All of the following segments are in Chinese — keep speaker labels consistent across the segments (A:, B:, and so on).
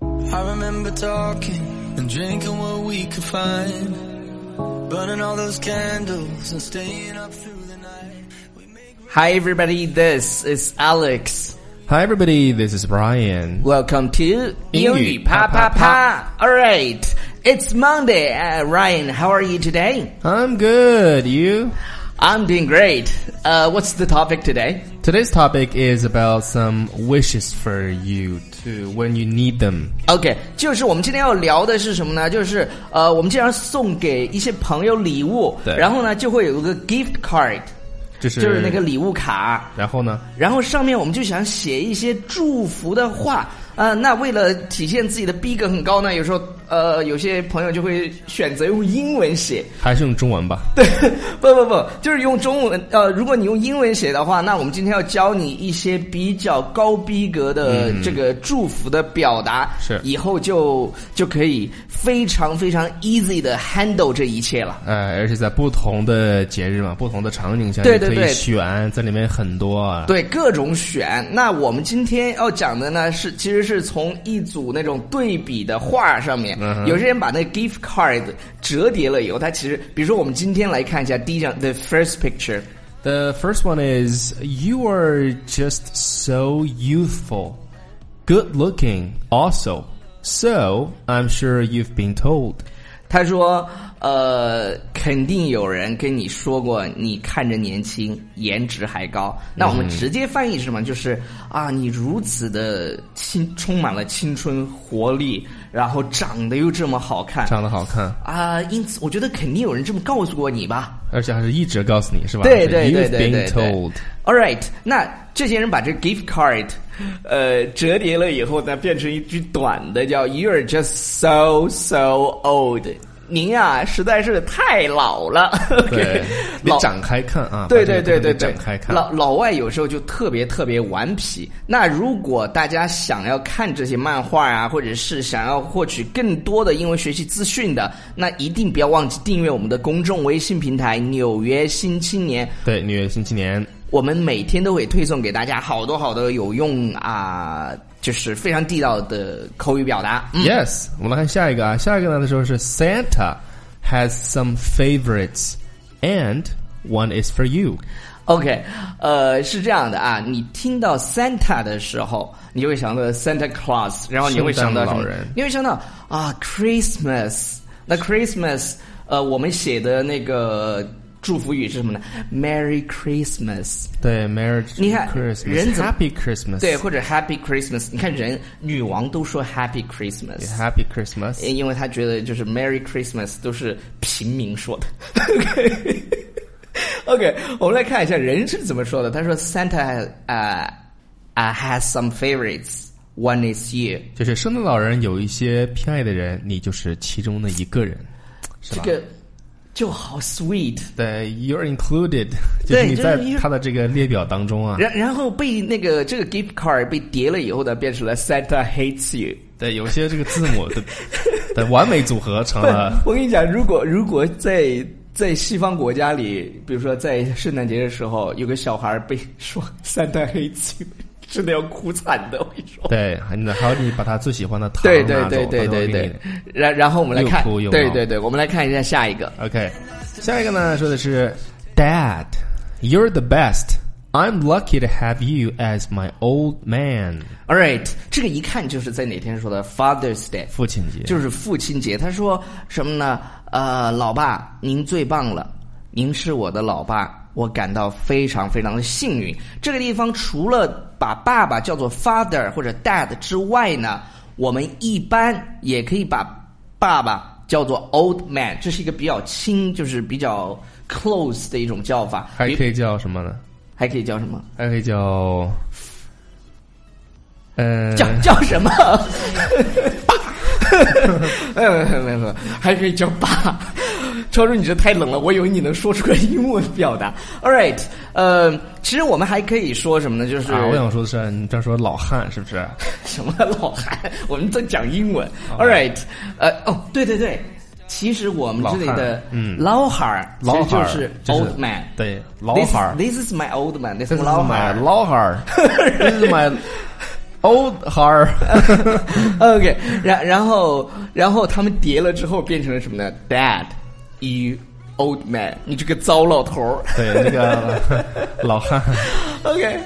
A: I remember talking and drinking what we could find. Burning all those candles and staying up through the night. We make
B: Hi, everybody. This is Alex.
C: Hi, everybody. This is Brian.
B: Welcome to 英
C: 英
B: 语
C: 语
B: 啪啪
C: 啪啪
B: 啪。All right, it's Monday. Uh, Ryan, how are you today?
C: I'm good. You?
B: I'm doing great. Uh, what's the topic today?
C: Today's topic is about some wishes for you to when you need them.
B: OK，就是我们今天要聊的是什么呢？就是呃，我们经常送给一些朋友礼物，
C: 对
B: 然后呢就会有一个 gift card，
C: 就是
B: 就是那个礼物卡。
C: 然后呢？
B: 然后上面我们就想写一些祝福的话，呃，那为了体现自己的逼格很高呢，有时候呃，有些朋友就会选择用英文写。
C: 还是用中文吧。
B: 对，不不不，就是用中文。呃，如果你用英文写的话，那我们今天要教你一些比较高逼格的这个祝福的表达，
C: 是
B: 以后就就可以非常非常 easy 的 handle 这一切了。
C: 呃，而且在不同的节日嘛，不同的场景下，
B: 对
C: 你可
B: 对对
C: 以选，在里面很多啊。
B: 对，各种选。那我们今天要讲的呢，是其实是从一组那种对比的画上面，
C: 嗯哼
B: 有些人把那个 gift card 折叠了以后，它其实，比如说我们今天来看一下第一张 the first picture。
C: The first one is you are just so youthful, good looking, also. So I'm sure you've been told.
B: 他说：“呃，肯定有人跟你说过，你看着年轻，颜值还高。那我
C: 嗯
B: 们直接翻译是什么？就是啊，你如此的青，充满了青春活力，然后长得又这么好看，
C: 长得好看，
B: 啊、因此我觉得肯定有人这么告诉过你吧。
C: 而且还是一直告诉你是吧？
B: 对
C: 是
B: 对对
C: You've
B: 对
C: been
B: 对对
C: told.
B: All right，那这些人把这 gift card，呃，折叠了以后呢，变成一句短的，叫 You're just so so old。您啊，实在是太老了。
C: 对
B: OK，，
C: 你
B: 老
C: 展开看啊！
B: 对
C: 把这
B: 对对
C: 个东
B: 对
C: 西
B: 对，
C: 展开看。
B: 老老外有时候就特别特别顽皮。那如果大家想要看这些漫画啊，或者是想要获取更多的英文学习资讯的，那一定不要忘记订阅我们的公众微信平台《纽约新青年》。
C: 对，纽约新青年，
B: 我们每天都会推送给大家好多好多有用啊、就是非常地道的口语表达。嗯
C: Yes，我们来看下一个啊，下一个呢的时候是 Santa has some favorites and one is for you。
B: OK，呃，是这样的啊，你听到 Santa 的时候，你就会想到 Santa Claus，然后你会想到什么
C: 圣诞老人
B: 你会想到啊 Christmas。那 Christmas，呃，我们写的那个祝福语是什么呢？Merry Christmas。
C: 对，Merry
B: 你看
C: Christmas，
B: 人怎么
C: Happy Christmas，
B: 对，或者 Happy Christmas。你看人，女王都说 Happy Christmas。
C: ，Happy Christmas。
B: 因为他觉得就是 Merry Christmas 都是平民说的。OK，我们来看一下人是怎么说的。他说：“Santa 呃、呃 has some favorites. One is you。
C: 就是圣诞老人有一些偏爱的人，你就是其中的一个人，”是
B: 这
C: 吧？
B: 个就好 sweet。
C: 对，You're included，就
B: 对
C: 是你
B: 就是
C: 在
B: you-
C: 他的这个列表当中啊。
B: 然然后被那个这个 gift card 被叠了以后呢，变成了 Santa hates you。
C: 对，有些这个字 母的的完美组合成
B: 不
C: 了，
B: 我跟你讲，如果如果在在西方国家里，比如说在圣诞节的时候，有个小孩被说 Santa hates you，真的要哭惨的，我跟你说。
C: 对，还有还有你把他最喜欢的糖啊
B: 对对
C: 拿走
B: 对对
C: 他都会
B: 对
C: 给你
B: 对
C: 的，
B: 然然后我们来
C: 又
B: 看，
C: 哭又
B: 对
C: 闹
B: 对对，我们来看一下下一个。
C: OK，下一个呢说的是 Dad, you're the best. I'm lucky to have you as my old man.
B: All right，这个一看就是在哪天说的 Father's Day，
C: 父亲节
B: 就是父亲节。他说什么呢？呃，老爸，您最棒了，您是我的老爸。我感到非常非常的幸运。这个地方除了把爸爸叫做 father 或者 dad 之外呢，我们一般也可以把爸爸叫做 old man，这是一个比较亲，就是比较 close 的一种叫法。
C: 还可以叫什么呢？
B: 还可以叫什么？
C: 还可以叫，呃，
B: 叫叫什么？嗯 爸， 没有没有没有没有，还可以叫爸。 超叔，你这太冷了，我以为你能说出个英文表达。All right，呃，其实我们还可以说什么呢？就是、
C: 啊，我想说的是，你这样说老汉是不是？
B: 什么老韩，我们在讲英文。All right，呃，哦，对对对，其实我们这里的
C: 老汉嗯
B: 老汉儿，
C: 老汉儿
B: 其实就是
C: 就是
B: old man。
C: 对，老汉儿
B: This,，this is my old man. This,
C: This
B: is
C: is
B: 老汉
C: my
B: 儿。
C: 老汉儿，This is my old har.
B: OK，然然后然后他们叠了之后变成了什么呢？Dad, you old man，你这个糟老头儿。OK，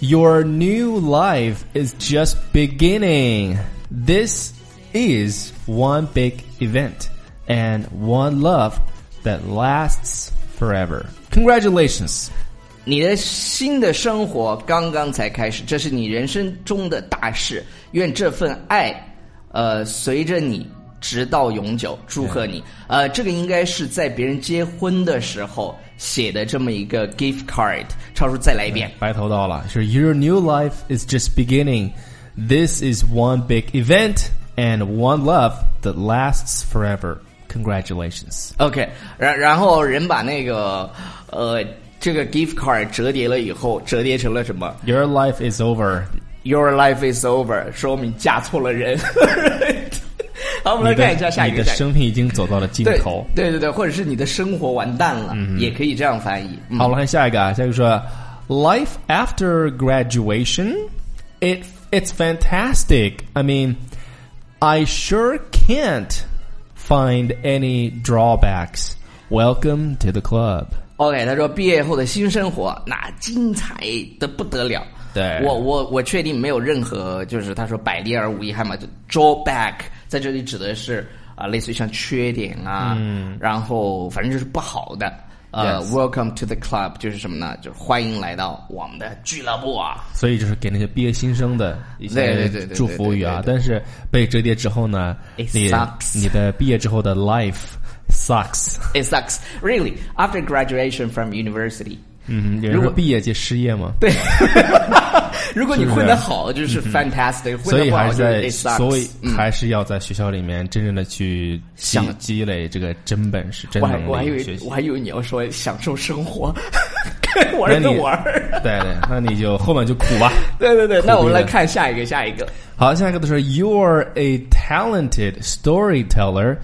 C: Your new life is just beginning. This is one big event and one love that lasts forever. Congratulations.
B: 你的新的生活刚刚才开始，这是你人生中的大事。愿这份爱，呃，随着你直到永久。祝贺你。呃，这个应该是在别人结婚的时候写的这么一个 gift card。超叔再来一遍。
C: 白头到老，是 Your new life is just beginning. This is one big event and one love that lasts forever. Congratulations.
B: OK，然然后人把那个呃这个 gift card 折叠了以后，折叠成了什么
C: Your life is over.
B: ？Your life is over，说明嫁错了人。 好，我们来看一下下一个。下一个对
C: 你的生命已经走到了尽头。
B: 对对对，或者是你的生活完蛋了，也可以这样翻译。嗯
C: 好，我们看下一个啊，下一个说，Life after graduation, it it's fantastic. I mean, I sure can't find any drawbacks. Welcome to the club.
B: OK，他说毕业后的新生活那精彩的不得了。
C: 对
B: 我我我确定没有任何就是他说百利而无一害嘛，就 drawback 在这里指的是啊、类似于像缺点啊，嗯，然后反正就是不好的。呃、
C: Yes
B: w e l c o m e to the club 就是什么呢？就是欢迎来到我们的俱乐部啊。
C: 所以就是给那些毕业新生的一
B: 对对对
C: 些
B: 对对
C: 祝福语啊。
B: 对
C: 但是被折叠之后呢，
B: It
C: 你
B: sucks
C: 你的毕业之后的 life sucks。
B: It sucks really after graduation from university。
C: 嗯，有人
B: 如
C: 说
B: 果
C: 毕业即失业嘛，
B: 对， 如果你混得好，就是 fantastic；混
C: 嗯所
B: 得
C: 以
B: 不好，
C: 还
B: 就是是
C: 在
B: it sucks。
C: 所以
B: 嗯
C: 还是要在学校里面真正的去积
B: 想
C: 积累这个真本事、真
B: 我还
C: 能
B: 我还以
C: 力，学
B: 为
C: 习
B: 我。还以为你要说享受生 活，跟玩
C: 那
B: 的
C: 你
B: 玩 儿。
C: 对对，那你就后面就苦吧。
B: 对对对，那我们来
C: 逼的
B: 看下一个，下一个。
C: 好，下一个的是 You are a talented storyteller.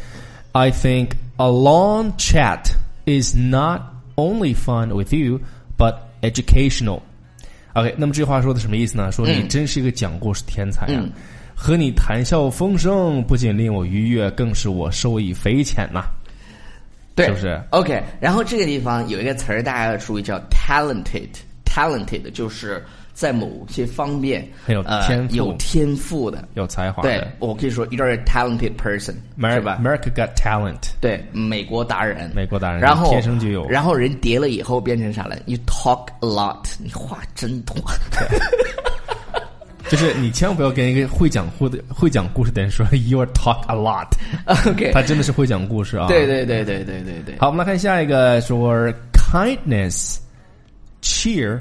C: I think a long chat is not only fun with you, but educational. OK，那么这句话说的什么意
B: 嗯
C: 思呢？说你真是一个讲故事天才啊！和你谈笑风生，不仅令我愉悦，更是我受益匪浅呐、
B: 对，
C: 是不是
B: ？OK，然后这个地方有一个词儿，大家要注意，叫 talented，talented 就是在某些方面
C: 很有
B: 呃
C: 天赋
B: 有天赋的。
C: 有才华
B: 对
C: 的。，
B: 我可以说 you're a talented person，是
C: Amer-
B: 吧？
C: America Got Talent，
B: 对，美国达人，
C: 美国达人
B: 然后
C: 天生就有
B: 然后人叠了以后变成啥了？You talk a lot，你话真 多。
C: 就是你千万不要跟一个会讲故的会讲故事的人说 You are talk a lot，
B: OK，
C: 他真的是会讲故事啊。
B: 对对对对对对对。
C: 好，我们来看下一个，说 kindness, cheer,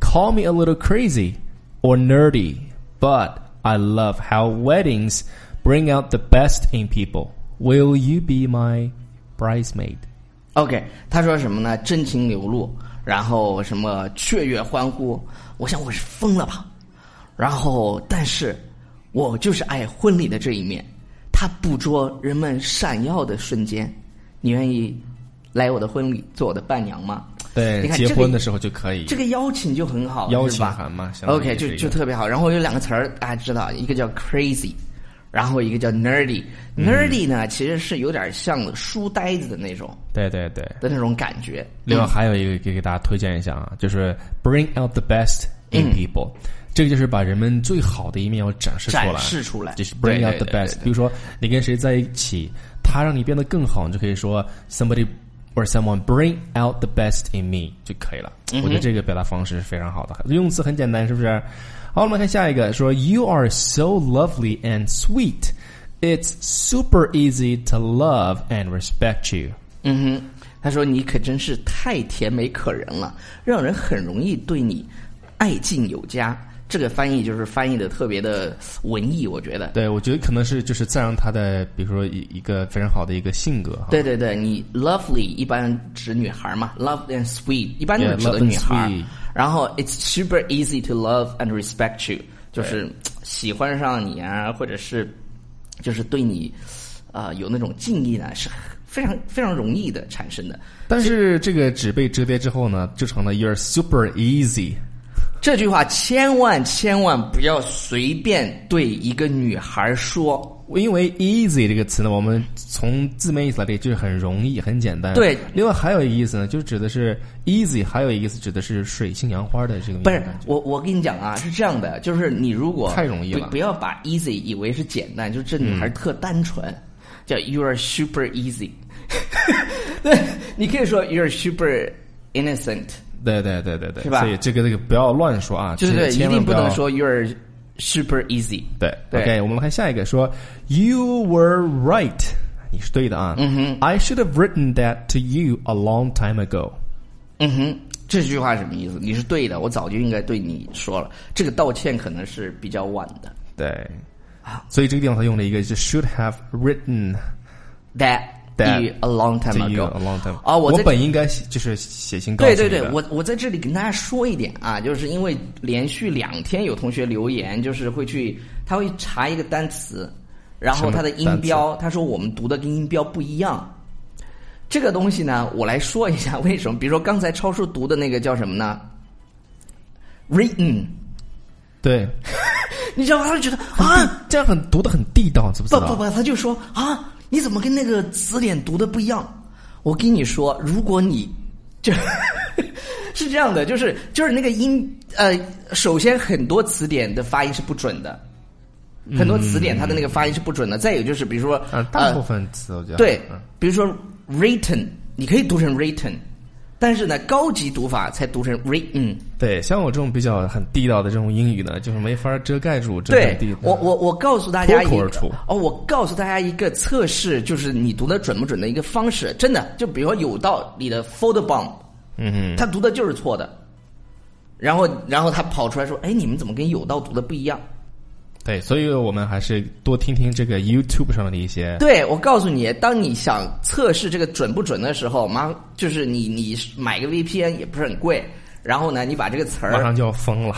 C: call me a little crazy or nerdy, but I love how weddings bring out the best in people. Will you be my bridesmaid?
B: OK，他说什么呢？真情流露，然后什么雀跃欢呼。我想我是疯了吧，然后但是我就是爱婚礼的这一面，它捕捉人们闪耀的瞬间。你愿意来我的婚礼做我的伴娘吗？
C: 对
B: 你，看
C: 结
B: 这个
C: 婚的时候就可以
B: 这个邀请就很好，
C: 邀
B: 是
C: 请
B: 吧
C: 函嘛相当于
B: OK，
C: 是
B: 就
C: 一
B: 就
C: 个
B: 特别好。然后有两个词儿大家知道，一个叫 crazy，然
C: 嗯
B: 后一个叫 nerdy。nerdy 呢，其实是有点像书呆子的那种
C: 对对对。
B: 的那种感觉。
C: 另外还有一个给给大家推荐一下啊，就是 bring out the best in people，、这个就是把人们最好的一面要展示出来，
B: 展示出来
C: 就是 bring
B: 对对
C: out the
B: 对
C: best。比如说你跟谁在一起，他让你变得更好，你就可以说 somebody or someone bring out the best in me 就可以了。
B: 嗯
C: 我觉得这个表达方式是非常好的，用词很简单，是不是？好，我们看下一个，说 You are so lovely and sweet. It's super easy to love and respect you.
B: 嗯哼，他说你可真是太甜美可人了，让人很容易对你爱敬有加。这个翻译就是翻译的特别的文艺，我觉得。
C: 对，我觉得可能是就是赞扬他的，比如说一一个非常好的一个性格哈。
B: 对对对，你 lovely 一般指女孩嘛，love and sweet 一般都是
C: Yeah,
B: 指的
C: love and
B: 女孩。
C: sweet
B: 然后 it's super easy to love and respect you，就是喜欢啊上你啊，或者是就是对你，呃，有那种敬意呢，是非常非常容易的产生的。
C: 但是这个纸被折叠之后呢，就成了 you're super easy。
B: 这句话千万千万不要随便对一个女孩说。
C: 因为 easy 这个词呢，我们从字面意思来理解，就是很容易、很简单。
B: 对
C: 另外还有一个意思呢，就指的是 easy，还有一个意思指的是水性杨花的这个
B: 不是
C: 感觉
B: 我，我跟你讲啊，是这样的，就是你如果
C: 太容易了嗯
B: 不，不要把 easy 以为是简单，就这女孩特单纯，叫 you are super easy。对，你可以说 you are super innocent，
C: 对对对对对，
B: 是吧
C: 所以这个这个不要乱说啊，
B: 对对对，
C: 千
B: 一
C: 万
B: 定不
C: 不要
B: 能。说 you are super easy。
C: 对
B: 对
C: o k 我们看下一个说，You were right，你是对的啊。嗯哼，I should have written that to you a long time ago。
B: 嗯哼，这句话什么意思？你是对的，我早就应该对你说了。这个道歉可能是比较晚的。
C: 对，所以这个地方他用了一个是 should have written
B: That,
C: That
B: you a long
C: to
B: time
C: you
B: ago
C: a long time
B: 啊，我
C: 我
B: 在
C: 本应该写就是写信告诉
B: 对
C: 你
B: 对对
C: 的，
B: 我我在这里跟大家说一点啊，就是因为连续两天有同学留言，就是会去他会查一个单词，然
C: 什
B: 后
C: 么
B: 它的音标，他说我们读的跟音标不一样。这个东西呢，我来说一下为什么。比如说刚才超叔读的那个叫什么呢？written，
C: 对，
B: 你知道吗？他就觉得啊，
C: 这样很读的很地道，知不知
B: 不
C: 道？
B: 不不，他就说啊，你怎么跟那个词典读的不一样？我跟你说，如果你就 是这样的，就是就是那个音呃，首先很多词典的发音是不准的，很多词典它的那个发音是不准的。再有就是，比如说
C: 嗯，大部分词我觉得
B: 呃、对
C: 嗯，
B: 比如说 written，你可以读成 written，但是呢，高级读法才读成 written。
C: 对，像我这种比较很地道的这种英语呢，就是没法遮盖住这
B: 对
C: 种地道。
B: 我我我告诉大家一
C: 脱
B: 个
C: 口而出
B: 哦，我告诉大家一个测试，就是你读的准不准的一个方式。真的，就比如说有道理的 fold bomb，
C: 嗯哼，
B: 他读的就是错的，然后然后他跑出来说：“哎，你们怎么跟有道读的不一样
C: 对，所以我们还是多听听这个 YouTube 上面的一些？”。
B: 对，我告诉你，当你想测试这个准不准的时候，马就是你你买个 VPN 也不是很贵，然后呢，你把这个词
C: 马
B: 儿
C: 上就要疯了，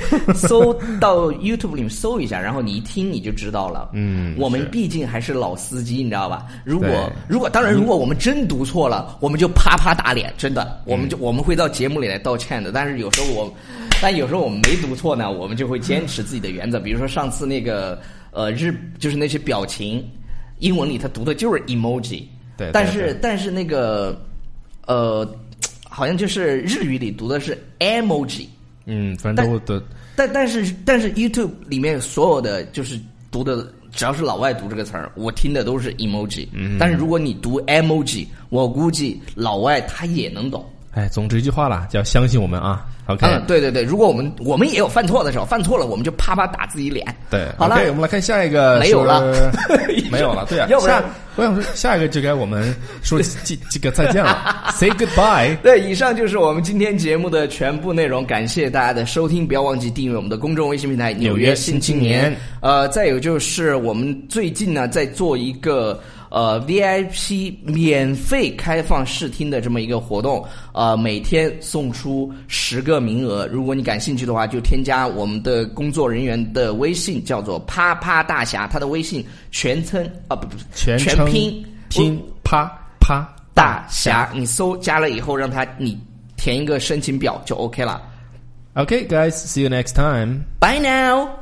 B: 搜到 YouTube 里面搜一下，然后你一听你就知道了。
C: 嗯
B: 我们
C: 是
B: 毕竟还是老司机，你知道吧？如果
C: 对
B: 如果当然，如果我们真读错了，我们就啪啪打脸，真的，
C: 嗯
B: 我们就、我们会到节目里来道歉的。但是有时候我，但有时候我们没读错呢，我们就会坚持自己的原则。比如说上次那个呃日，就是那些表情，英文里它读的就是 emoji，
C: 对对
B: 但是
C: 对
B: 但是那个呃，好像就是日语里读的是 emoji。
C: 嗯，反正都都
B: 但但是但是 YouTube 里面所有的就是读的，只要是老外读这个词儿，我听的都是 emoji。嗯，但是如果你读 emoji，我估计老外他也能懂。
C: 哎，总之一句话啦，要相信我们啊。OK，、
B: 嗯，对对对，如果我们我们也有犯错的时候，犯错了我们就啪啪打自己脸。
C: 对，
B: 好了
C: OK，我们来看下一个，
B: 没有了
C: 是 没有了，对啊，
B: 要不然
C: 下我想说下一个就该我们说这这个再 见了，say goodbye。
B: 对，以上就是我们今天节目的全部内容，感谢大家的收听，不要忘记订阅我们的公众微信平台《纽约新青年》
C: 纽约新青年
B: 呃，再有就是我们最近呢在做一个。呃，VIP 免费开放试听的这么一个活动，呃，每天送出十个名额。如果你感兴趣的话，就添加我们的工作人员的微信，叫做“啪啪大侠”，他的微信全称啊，不不是
C: 全
B: 全
C: 称
B: 拼
C: 拼啪啪
B: 大侠，你搜加了以后，让他你填一个申请表就 OK 了。
C: Okay, guys, see you next time.
B: Bye now。